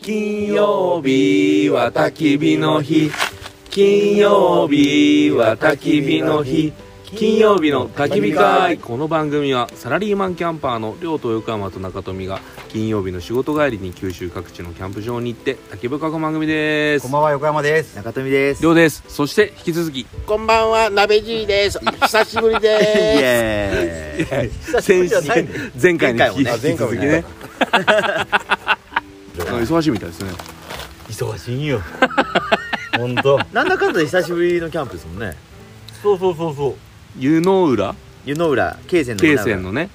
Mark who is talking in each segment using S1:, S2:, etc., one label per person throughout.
S1: 金曜日は焚き火の日金曜日は焚き火の日金曜日の焚き火会この番組はサラリーマンキャンパーの亮と横山と中富が金曜日の仕事帰りに九州各地のキャンプ場に行って焚き火を囲む番組です
S2: こんばんは横山です。
S3: 中富です。
S1: 亮ですそして引き続き
S4: こんばんは、鍋じいです。久しぶり
S3: イ
S4: で
S3: エーイ。
S1: 先
S2: じゃない
S1: 週前回に引き
S3: 前回もね
S1: 引き続きね 忙しいみたいですね
S2: 忙しいんよ。本当。
S3: なんだかんだで久しぶりのキャンプですもんね。
S2: そうそうそうそう。
S1: 湯の浦
S3: 湯の浦、慶泉の
S1: 慶
S3: 湯の浦。
S1: 泉のね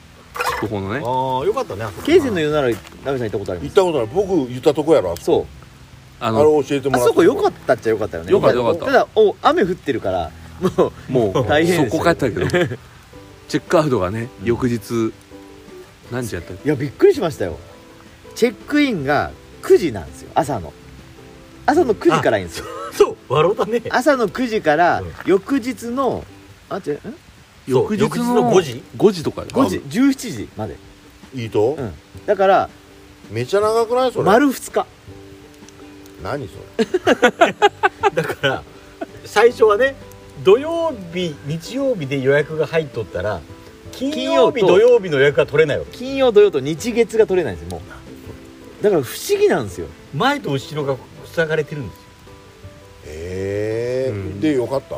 S1: 筑豊のね
S2: ああよかったね。あそこ
S3: 慶泉の湯の浦、ナベさん行ったことありま
S4: す。行っ
S3: す。
S4: たことない。僕言ったとこやろ。あそこ
S3: そ
S1: あ
S4: あ
S1: の
S4: れ教えて
S3: う。
S4: も
S3: あ
S4: らった。
S3: そこ良かったっちゃ良かったよね。
S1: 良かった良かった
S3: ただ、お、雨降ってるから、もう、
S1: もう
S3: 大変です
S1: そ
S3: よ
S1: こ帰ったけどチェックアウトがね
S3: うん
S1: 翌日何時やったっけ
S3: いや、びっくりしましたよ。チェックインが9時なんですよ、朝の。朝の9時からいいんですよ。
S2: そう笑うたね。
S3: 朝の9時から
S2: うん、
S3: 翌日の、あ、違う、ん
S2: そう翌日の5時。
S1: 5時とかよ
S3: 5時、17時まで。
S4: いいと
S3: う。ん。だから、
S4: めちゃ長くないそれ。
S3: 丸2日。
S4: 何それ。
S2: だから最初はね土曜日日曜日で予約が入っとったら金曜日
S3: 金曜と
S2: 土曜日の予約が取れないわけ。
S3: 金曜土曜と日月が取れないんですよもうだから不思議なんですよ
S2: 前と後ろが塞がれてるんですよ。
S4: え
S1: うん
S4: え。でよかった。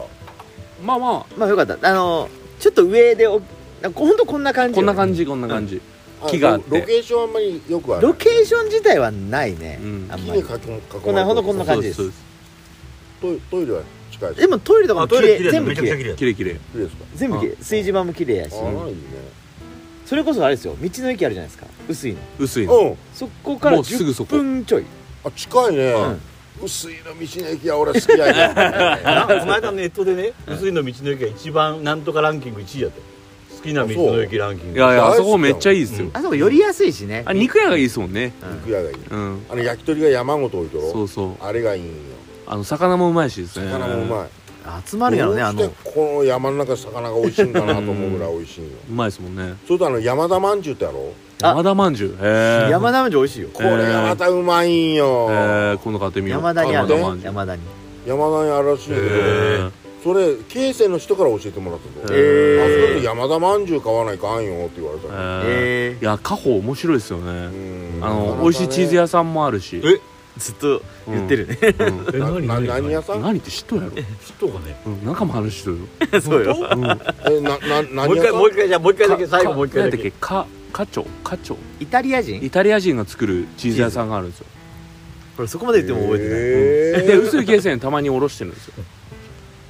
S1: まあま
S3: まあよかったあのちょっと上でおなんかほんとこんな感
S1: あ
S3: じ
S1: こんな感
S3: じ
S1: じこんな感じ
S4: あ
S1: 木があって
S4: ロロケーションあんまりよくはない。
S3: ロケーション自体はないね、
S1: うん
S3: あん
S4: 木
S3: ま
S4: に
S3: り
S4: 囲まれてる
S3: こんなほんとこんな感じです
S1: そうです
S4: トイトイレは近いし。
S3: でもトイレとかも
S2: あ
S3: 綺
S2: トイ
S3: 麗
S2: レ綺麗だ
S3: 全部
S2: ねめち
S3: 綺
S2: ゃくちゃ
S3: 麗
S2: 綺麗だ
S1: キレキレ
S4: 綺麗ですか。
S3: 全部綺麗水地板も綺麗やし
S4: ああいいね。
S3: それこそあれですよ道の駅あるじゃないですか薄いの
S1: 薄いの
S4: うん。
S3: そこから
S1: もうすぐそ
S3: 10
S1: こ
S3: 分ちょい
S4: あ近いね
S3: うん。
S4: 薄いの道の駅は俺好きや ね。
S2: なこの間ネットでね薄いの道の駅が一番なんとかランキング1位やって好きな道の駅ランキン
S1: い
S2: グ。
S1: やいや
S4: 大好きだもん
S1: あそこめっちゃいいですよ
S2: うん
S3: あそこ寄りやすいしね
S1: あ肉屋がいいですもんね
S3: うん
S4: 肉屋がいい。
S1: うん
S4: あの焼き鳥が山ごと置いとろ。
S1: そうそう
S4: あれがいいんよ。
S1: あの魚もうまいしですね
S4: 魚もうまい。
S3: 集まるやろねあの
S4: どうしてこの山の中魚が美味しいんかなと思うぐらい美味しいよ
S1: うまいですもんね
S4: それとあの山田まんじゅうってやろ
S3: あ
S1: 山田まんじゅうへえ
S3: 山田まんじゅう美味しいよ
S4: これがまたうまいんよ、
S1: へえ今度買ってみよう
S3: 山田にあ
S1: 山
S3: る
S1: 田
S4: ね
S1: まんじゅう
S3: 山田に
S4: 山田にあるらしいんだけど
S2: へ
S1: へ
S4: それ慶西の人から教えてもらったぞ、
S1: へー
S4: あそこで山田まんじゅう買わないかんよって言われたの、
S1: え
S3: え
S1: いやカホ面白いですよ
S4: う
S1: ね
S4: ん
S1: あの美味しいチーズ屋さんもあるし
S2: え
S3: ー、ずっと言ってるね、
S1: うん
S2: え
S4: なな何屋さん
S1: 何って知っとるやろ
S2: ちょっとがね。
S1: うん中も話しとるよ
S3: そうよ
S1: うん
S4: えなな
S2: も
S4: 何
S2: う一
S4: 屋さ
S2: 回
S4: ん
S2: もう一回じゃあもう一回だけ最後もう一回だ
S1: なんだ
S2: け
S1: っけカカチョカチョ
S3: イタリア人
S1: イタリア人が作るチーズ屋さんがあるんですよ
S3: これそこまで言っても覚えてない、
S1: で
S4: え
S1: 薄いケースにたまにおろしてるんですよ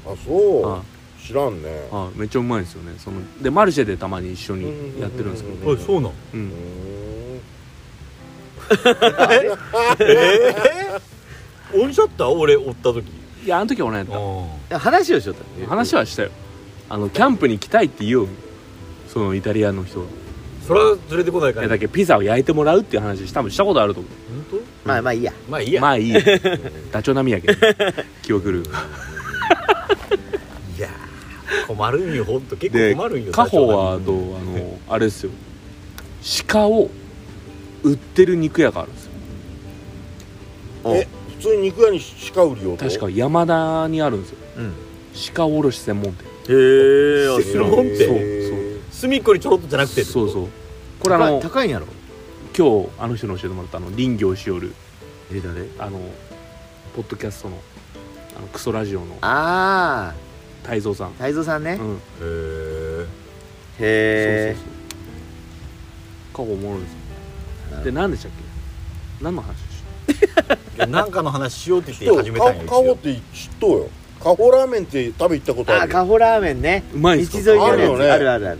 S4: あそう
S1: あ
S4: 知らんね
S1: あめっちゃうまいんですよねそのでマルシェでたまに一緒にやってるんですけど
S4: うん
S1: ね
S2: あそうなの。
S1: う
S4: うんーん
S2: ええー、オンシャッター俺追った時
S1: いやあの時は俺やった
S3: 話をしようと
S1: 話はしたよあのキャンプに来たいって言おうそのイタリアの人が
S2: それは連れてこないか
S1: いや
S2: ら
S1: だけどピザを焼いてもらうっていう話多分したことあると思う
S2: 本
S3: まあまあいいや
S2: 当まあいいや、
S1: まあいいよダチョウ並みやけど 記憶る
S2: いやー困るんよ本当結
S1: で
S2: 構困るんよ
S1: カホはあ
S2: 社
S1: と
S2: 長
S1: あ
S2: が
S1: のあれですよ鹿を売ってる肉屋があるんですよ
S4: え普通に肉屋に鹿売りようと
S1: 確か山田にあるんですよ
S3: うん
S1: 鹿おろし専門店
S3: へえ
S2: あ
S4: え
S2: 知らんって
S4: ー
S2: 隅っこにちょろっとじゃなくて
S1: そうそううこれあの
S3: 高いんやろ
S1: 今日あの人に教えてもらったあの林業しおる
S3: え誰
S1: あのポッドキャストのあのクソラジオの
S3: ああ
S1: 泰造さん
S3: 太蔵さんね、
S1: うん
S2: へ
S3: へ
S2: え
S3: え
S1: そうそうそう過去おもろいですよで何でしたっけ何の話でし
S2: なんかの話しようって
S4: ち
S2: 言
S4: ょ
S2: っ
S4: ってと
S2: 始め
S4: カ
S2: た
S4: ホ
S2: ん
S4: カホっ
S2: よ
S4: て知っとうよカホラーメンって食べ行ったことあ
S3: あ
S4: る
S3: カホラーメンね
S1: たうま
S3: 道
S1: い
S3: 沿
S1: ん
S3: い
S1: す
S3: に
S1: か
S3: あるやつ
S4: あるよね
S3: あるあるある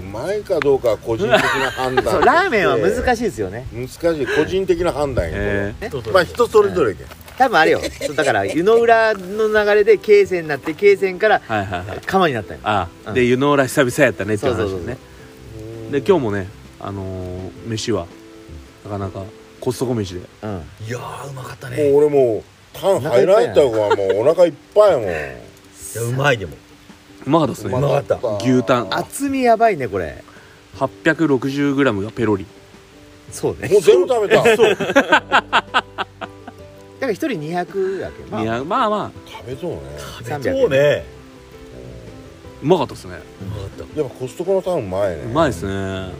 S4: うまいかどうかは個人的な判断
S3: そうラーメンは難
S4: し
S3: しいですよね
S4: い難しい個人的な判断や
S1: え
S2: ちょっと
S4: まあ人それぞれやけん
S3: 多分あれよそうだから湯の裏の流れで京泉になって京泉から
S1: ー、はいはいはい
S3: 釜になったんよ
S1: ああ、
S3: うん
S1: で湯の浦久々やったねって話だね
S3: そうそうそう
S1: で今日もねあのー飯はなかなかコストコ飯で
S3: うん
S2: いやーうまかった
S4: も
S2: ね
S4: う俺もうタン入られた子はもうお腹いっぱいやもん
S2: いやうまいでも
S1: うまかったです
S2: うま
S1: ね
S2: かった
S1: 牛タン
S3: 厚みやばいねこれ
S1: 860g がペロリ
S3: そうね
S4: もう全部食べた
S3: から一人200やけんま
S1: い
S3: あ
S1: やまあまあ
S4: 食べそうね
S3: 300
S2: そうね
S1: うまかったですね
S2: うまかった
S4: やっぱコストコのタンうまいね
S1: うまいですね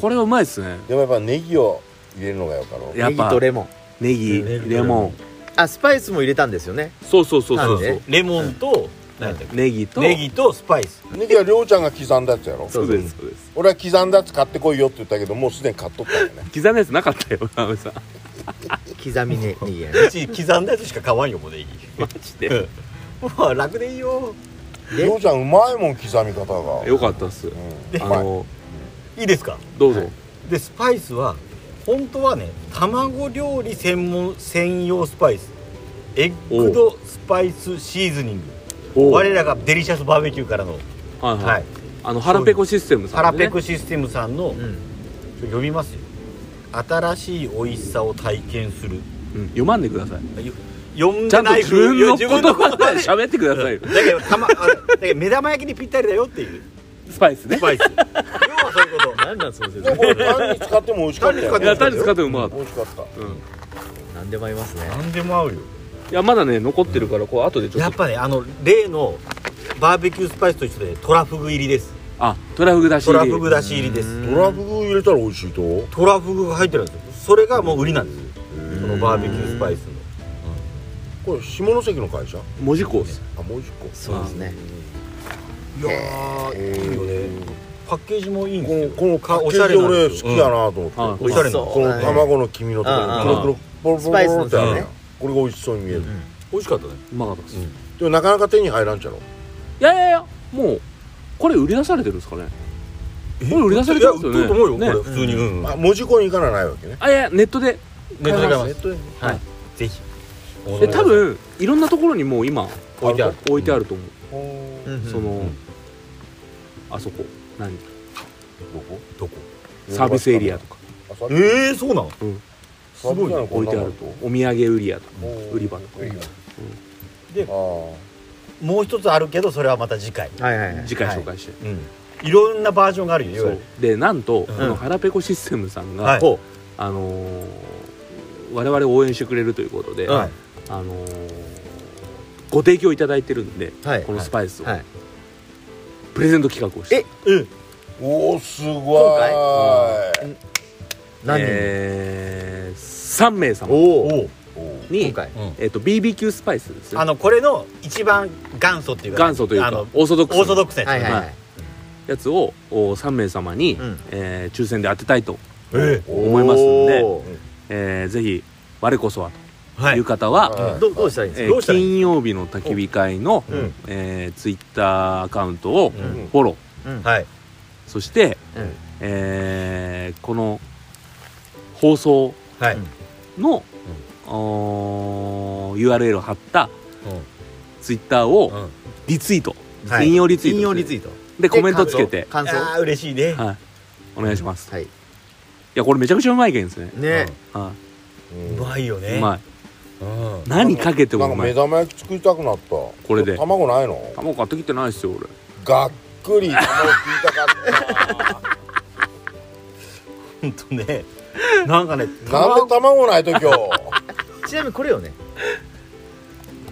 S1: これはうまいですね
S4: でもやっぱネギを入れるのがよかろう
S1: いやっ
S3: ネギ
S1: ぱ
S3: とレモン
S1: ネギ
S2: ネギと
S1: レモン
S3: あスパイスも入れたんですよね
S1: そうそうそう
S3: な
S1: そ
S3: ん
S1: う
S3: で
S2: レモンと何やったっ
S1: ネギと
S2: けネギとスパイス
S4: ネギはりょうちゃんが刻んだやつやろ
S3: そうです
S1: そうです
S4: 俺は刻んだやつ買ってこいよって言ったけどもうすでに買っとったよね
S1: 刻んだやつなかったよラムさん
S3: 刻みねネギやね
S2: うち刻んだやつしか買わんよもうネギ
S1: マジで
S2: うん もう楽でいいよ
S3: で
S4: りょうちゃんうまいもん刻み方が
S1: よかったっす
S4: うん
S1: あ
S4: うまい
S1: の
S2: いいですか
S1: どうぞ
S2: でスパイスは本当はね卵料理専門専用スパイスエッグドスパイスシーズニング
S1: お
S2: 我らがデリシャスバーベキューからの、
S1: はい
S2: は
S1: はいいあの腹ペコシステムさ
S2: ハ
S1: ん
S2: ラ
S1: でね
S2: ペコシステムさんの、
S3: うん
S2: 読みますよ新しい美味しさを体験する
S1: うん読まんでください
S2: よ読ん
S1: ちゃ
S2: で
S1: んと
S2: ない
S1: 自
S2: ふう
S1: 分の
S2: い
S1: 言
S2: や
S1: 葉
S2: 言葉
S1: で喋ってくださいよ
S2: だけどたまあだけど目玉焼きにぴったりだよっていう
S1: スパイスね
S2: スパイス要はそういうこ
S3: 何なんその
S4: でもこれタンに使っても美味しかったよ
S2: タン
S1: い
S2: に
S1: や
S2: って
S1: 単に使ってもうまかっ
S4: 美味しかった
S1: たうん
S3: 何でも合いますね
S2: と何でも合うよ
S1: いやまだね残ってるからこう後でちょ
S2: や
S1: っ
S2: っ
S1: と
S2: ぱねあの例のバーベキュースパイスと一緒でトラフグ入りです
S1: あトラフグだし
S2: ト
S1: 入
S2: ラ
S1: れ
S2: フグだし入りです
S4: トラフグ入れたら美味しいと
S2: トラフグが入ってるんですよそれがもう売りなんですそのバーベキュースパイスの
S4: これ下関の会社
S1: 文字コース
S4: あもう一個
S3: そうですね
S2: いや
S4: え
S2: ーいいよねパッケージもいいん
S4: この
S2: ですよ
S4: このパッケージ俺好きやなと思って、
S1: うん
S4: こ
S2: おしゃれな
S3: うま
S4: の
S3: そう
S4: 卵の黄身のところに
S1: うん
S4: 黒黒ポロポロポロ
S3: スパイスの
S4: ってあるやん
S3: ね
S4: これが美味しそうに見える、
S3: うん
S2: 美味しかったね
S1: うまかったです、
S2: うん
S1: い
S4: でもなかなか手に入らんちゃろ
S1: やいやいやもうこれ売り出されてるんですかね
S2: え
S1: これ売り出されてますよね
S2: いや売ってると思うよ、
S1: ね
S2: これ普通に、うん
S4: あ文字工に行かなないわけね
S1: あいやネットで
S2: ネットで買います
S4: ネットで
S2: はいぜひ
S1: で多分いろんなところにもう今
S2: 置いてある
S1: 置いてあると思う、
S4: ほー
S3: うん
S1: その、
S2: ん
S1: あそこ何
S4: どこ
S2: どこ
S1: サービスエリアとか、
S4: あサービス
S2: ええそうなん
S1: うん、
S2: すごいね
S1: 置いてあるとお土産売り屋とか
S4: おー
S1: 売り場とか
S4: 売り場あ
S2: で
S4: ー
S2: もう一つあるけどそれはまた次回
S3: はいはいはい
S1: 次回紹介して、
S2: うんいろんなバージョンがあるよいわ
S1: そ
S2: ゆ
S1: う
S2: る
S1: でなんと、
S2: ん
S1: この腹ペコシステムさんが、
S2: はい
S3: ほ
S1: あのー我々応援してくれるということで、
S3: うはい
S1: あのーご提供いただいてるんで、
S3: はい
S1: このスパイスを、
S3: はい
S1: プレゼント企画をして
S3: え
S2: うん
S4: おおすごい
S3: 今回何人
S1: えー、3名様
S3: おお
S2: おう
S4: おー
S1: に
S3: 今、回
S1: えっと BBQ スパイスですね
S2: あのこれの一番元祖っていうか
S1: 元祖という
S2: あ
S1: か
S2: の
S1: オーソドック
S2: オー
S1: ス
S2: ソ
S1: な
S2: ドックスな
S3: はい
S2: や
S3: はい
S1: は
S3: はい
S1: いやつをお3名様に、
S3: うん
S1: えー抽選で当てたいと、
S2: つえ
S1: 思いますんで
S3: おー
S1: えーぜひ我こそは
S2: えは
S1: とい
S2: いう
S1: 方は、
S4: はい
S3: どうどうしたらいいんです
S1: え
S3: か
S1: ー
S2: どうしたらいい
S1: 金曜日の焚き火会の、
S2: うん
S1: えツイッター Twitter アカウントを
S2: う
S1: フ
S2: ん
S1: ォロー、
S3: うん
S2: はい
S1: そして、
S3: うん
S1: えーこの放送
S2: はい
S3: うん
S1: の、おー URL を貼ったツイッター
S2: う
S1: を
S2: ん
S1: リツイート、
S2: はい
S1: 引用リツイート
S3: 引用リツイ
S1: ー
S3: ート
S1: トでコメントつけて
S3: 感想
S2: ああ嬉しいね
S1: はいお願いします、
S3: はい
S1: いやこれめちゃくちゃうまいけんですね、
S3: ね
S1: は
S4: うん
S2: うまいよ
S1: い、
S2: ね
S1: うまい
S2: うん
S1: 何かけてもう
S4: なんか
S1: ま
S4: 目
S1: い
S4: 玉焼き作りたくなった
S1: これで
S4: 卵ないの
S1: 卵買ってきてないっすよ俺
S4: がっくり卵食いたかった
S2: ほんとねなんかね
S4: なんで卵ないと今日
S3: ちなみにこれよね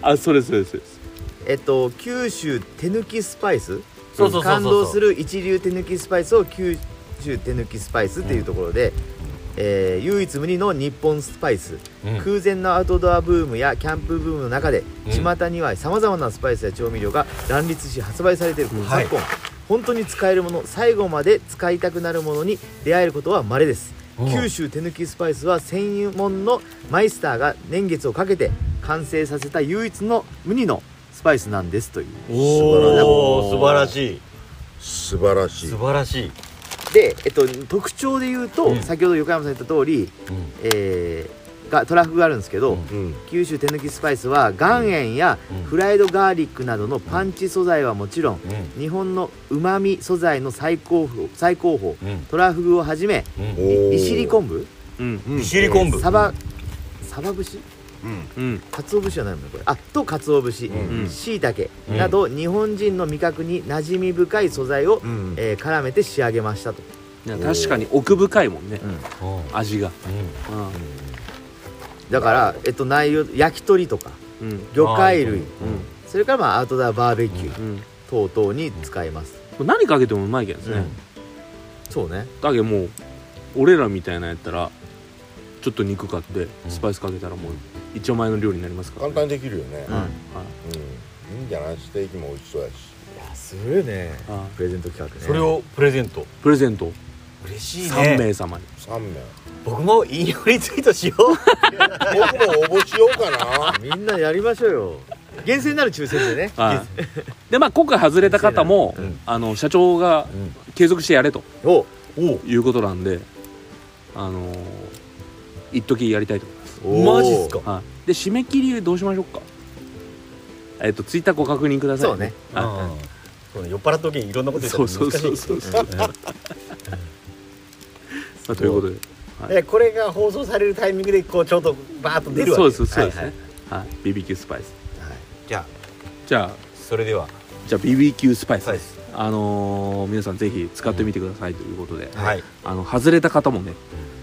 S1: あそうですそうですそうです
S3: えっと九州手抜きスパイス
S2: そうそうそうそう
S3: 感動する一流手抜きスパイスを九州手抜きスパイスっていうところで、えー唯一無二の日本スパイス、
S2: うん
S3: 空前のアウトドアブームやキャンプブームの中で
S2: うん
S3: 巷にはさまざまなスパイスや調味料が乱立し発売されているこの
S2: はい
S3: 昨今、本当に使えるもの最後まで使いたくなるものに出会えることは稀です
S2: うん
S3: 九州手抜きスパイスは専門のマイスターが年月をかけて完成させた唯一の無二のスパイスなんですという
S2: おお素晴らしい
S4: 素晴らしい
S2: 素晴らしい
S3: で、えっと、特徴で言うと、
S2: うん
S3: 先ほど横山さん言った通り、えーがトラフグがあるんですけど、
S2: うん
S4: うん
S3: 九州手抜きスパイスは岩塩や
S2: うん
S3: フライドガーリックなどのパンチ素材はもちろん、
S2: うん
S3: 日本のうまみ素材の最高峰最高峰
S2: うん
S3: トラフグをはじめ
S2: うん
S4: おー
S3: 利尻昆布
S1: うん
S4: うん
S2: 利尻昆布
S3: サバサバ節
S4: うん
S1: うん
S3: 鰹節じゃないもんねこれあと鰹節
S4: うん
S3: しいたけ
S2: うん
S3: など日本人の味覚に馴染み深い素材を、
S4: うん
S3: えー絡めて仕上げましたと
S1: いや確かに奥深いもんね
S3: うん
S2: うん
S1: 味が、
S2: うん
S1: うん
S3: だから、えっと、内容焼き鳥とか
S1: うん
S3: 魚介類
S1: うん
S3: それからまあアウトドアバーベキュ
S1: う
S3: ー
S1: ん
S3: 等々に使えます、
S1: これ何かけてもうまいけどね、
S3: そうね
S1: だけどもう俺らみたいなやったらちょっと肉買って
S2: ん
S1: スパイスかけたらもう一丁前の料理になりますから、
S4: 簡
S1: ね、
S4: 単にできるよね、
S3: うん
S4: うん、いいんじゃないステーキも美味しそうやし
S3: いやするよね
S1: はいはい
S3: プレゼント企画ね
S2: それをプレゼント
S1: プレゼント
S2: 嬉し
S1: 3名様に、
S4: 3名
S2: 僕も引用リツイートしよう
S4: 僕も応募しようかな
S3: みんなやりましょうよ厳正なる抽選でね
S1: はい、でまあ今回外れた方も、
S2: うん
S1: あの社長が
S2: うん
S1: 継続してやれと
S3: お
S2: お
S1: いうことなんであのー一時やりたいと思い
S3: お
S2: マジっすか
S1: ます、はい、で締め切りどうしましょうかえっ、とツイッターご確認ください
S3: そうね
S1: は
S2: あそうね酔っ払った時にいろんなこ
S1: い、
S2: と言った
S1: そ
S2: ら
S1: う
S2: 難しい
S1: そうそうそうそう、 まあ、ということではい
S2: でこれが放送されるタイミングでこうちょうどバーッと出るわ
S1: そう
S2: け
S1: ですそうですね
S2: はいはい、
S1: はい BBQ スパイス
S2: じゃあ
S1: じゃあ
S2: それでは
S1: じゃあ BBQ スパイス
S2: サ
S1: で
S2: イ
S1: す
S2: ズ
S1: あのー皆さんぜひ使ってみてくださいということで、
S2: はい
S1: あの外れた方もね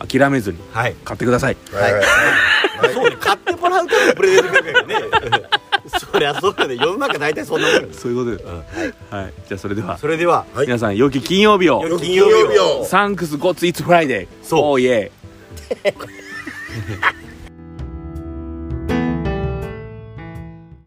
S1: 諦めずに
S2: はい
S1: 買ってください
S4: はい、
S2: そうね買ってもらうためのプレゼント企画だよ ねそりゃそうだね世の中大体そんなもんよ
S1: そういうことで、はい、じゃあそれでは
S2: それでは
S4: はい
S1: 皆さん良き 金曜日を
S2: 良き
S4: 金曜日を
S1: サンクスゴッツイッツフライデー
S2: そう
S1: おーイエー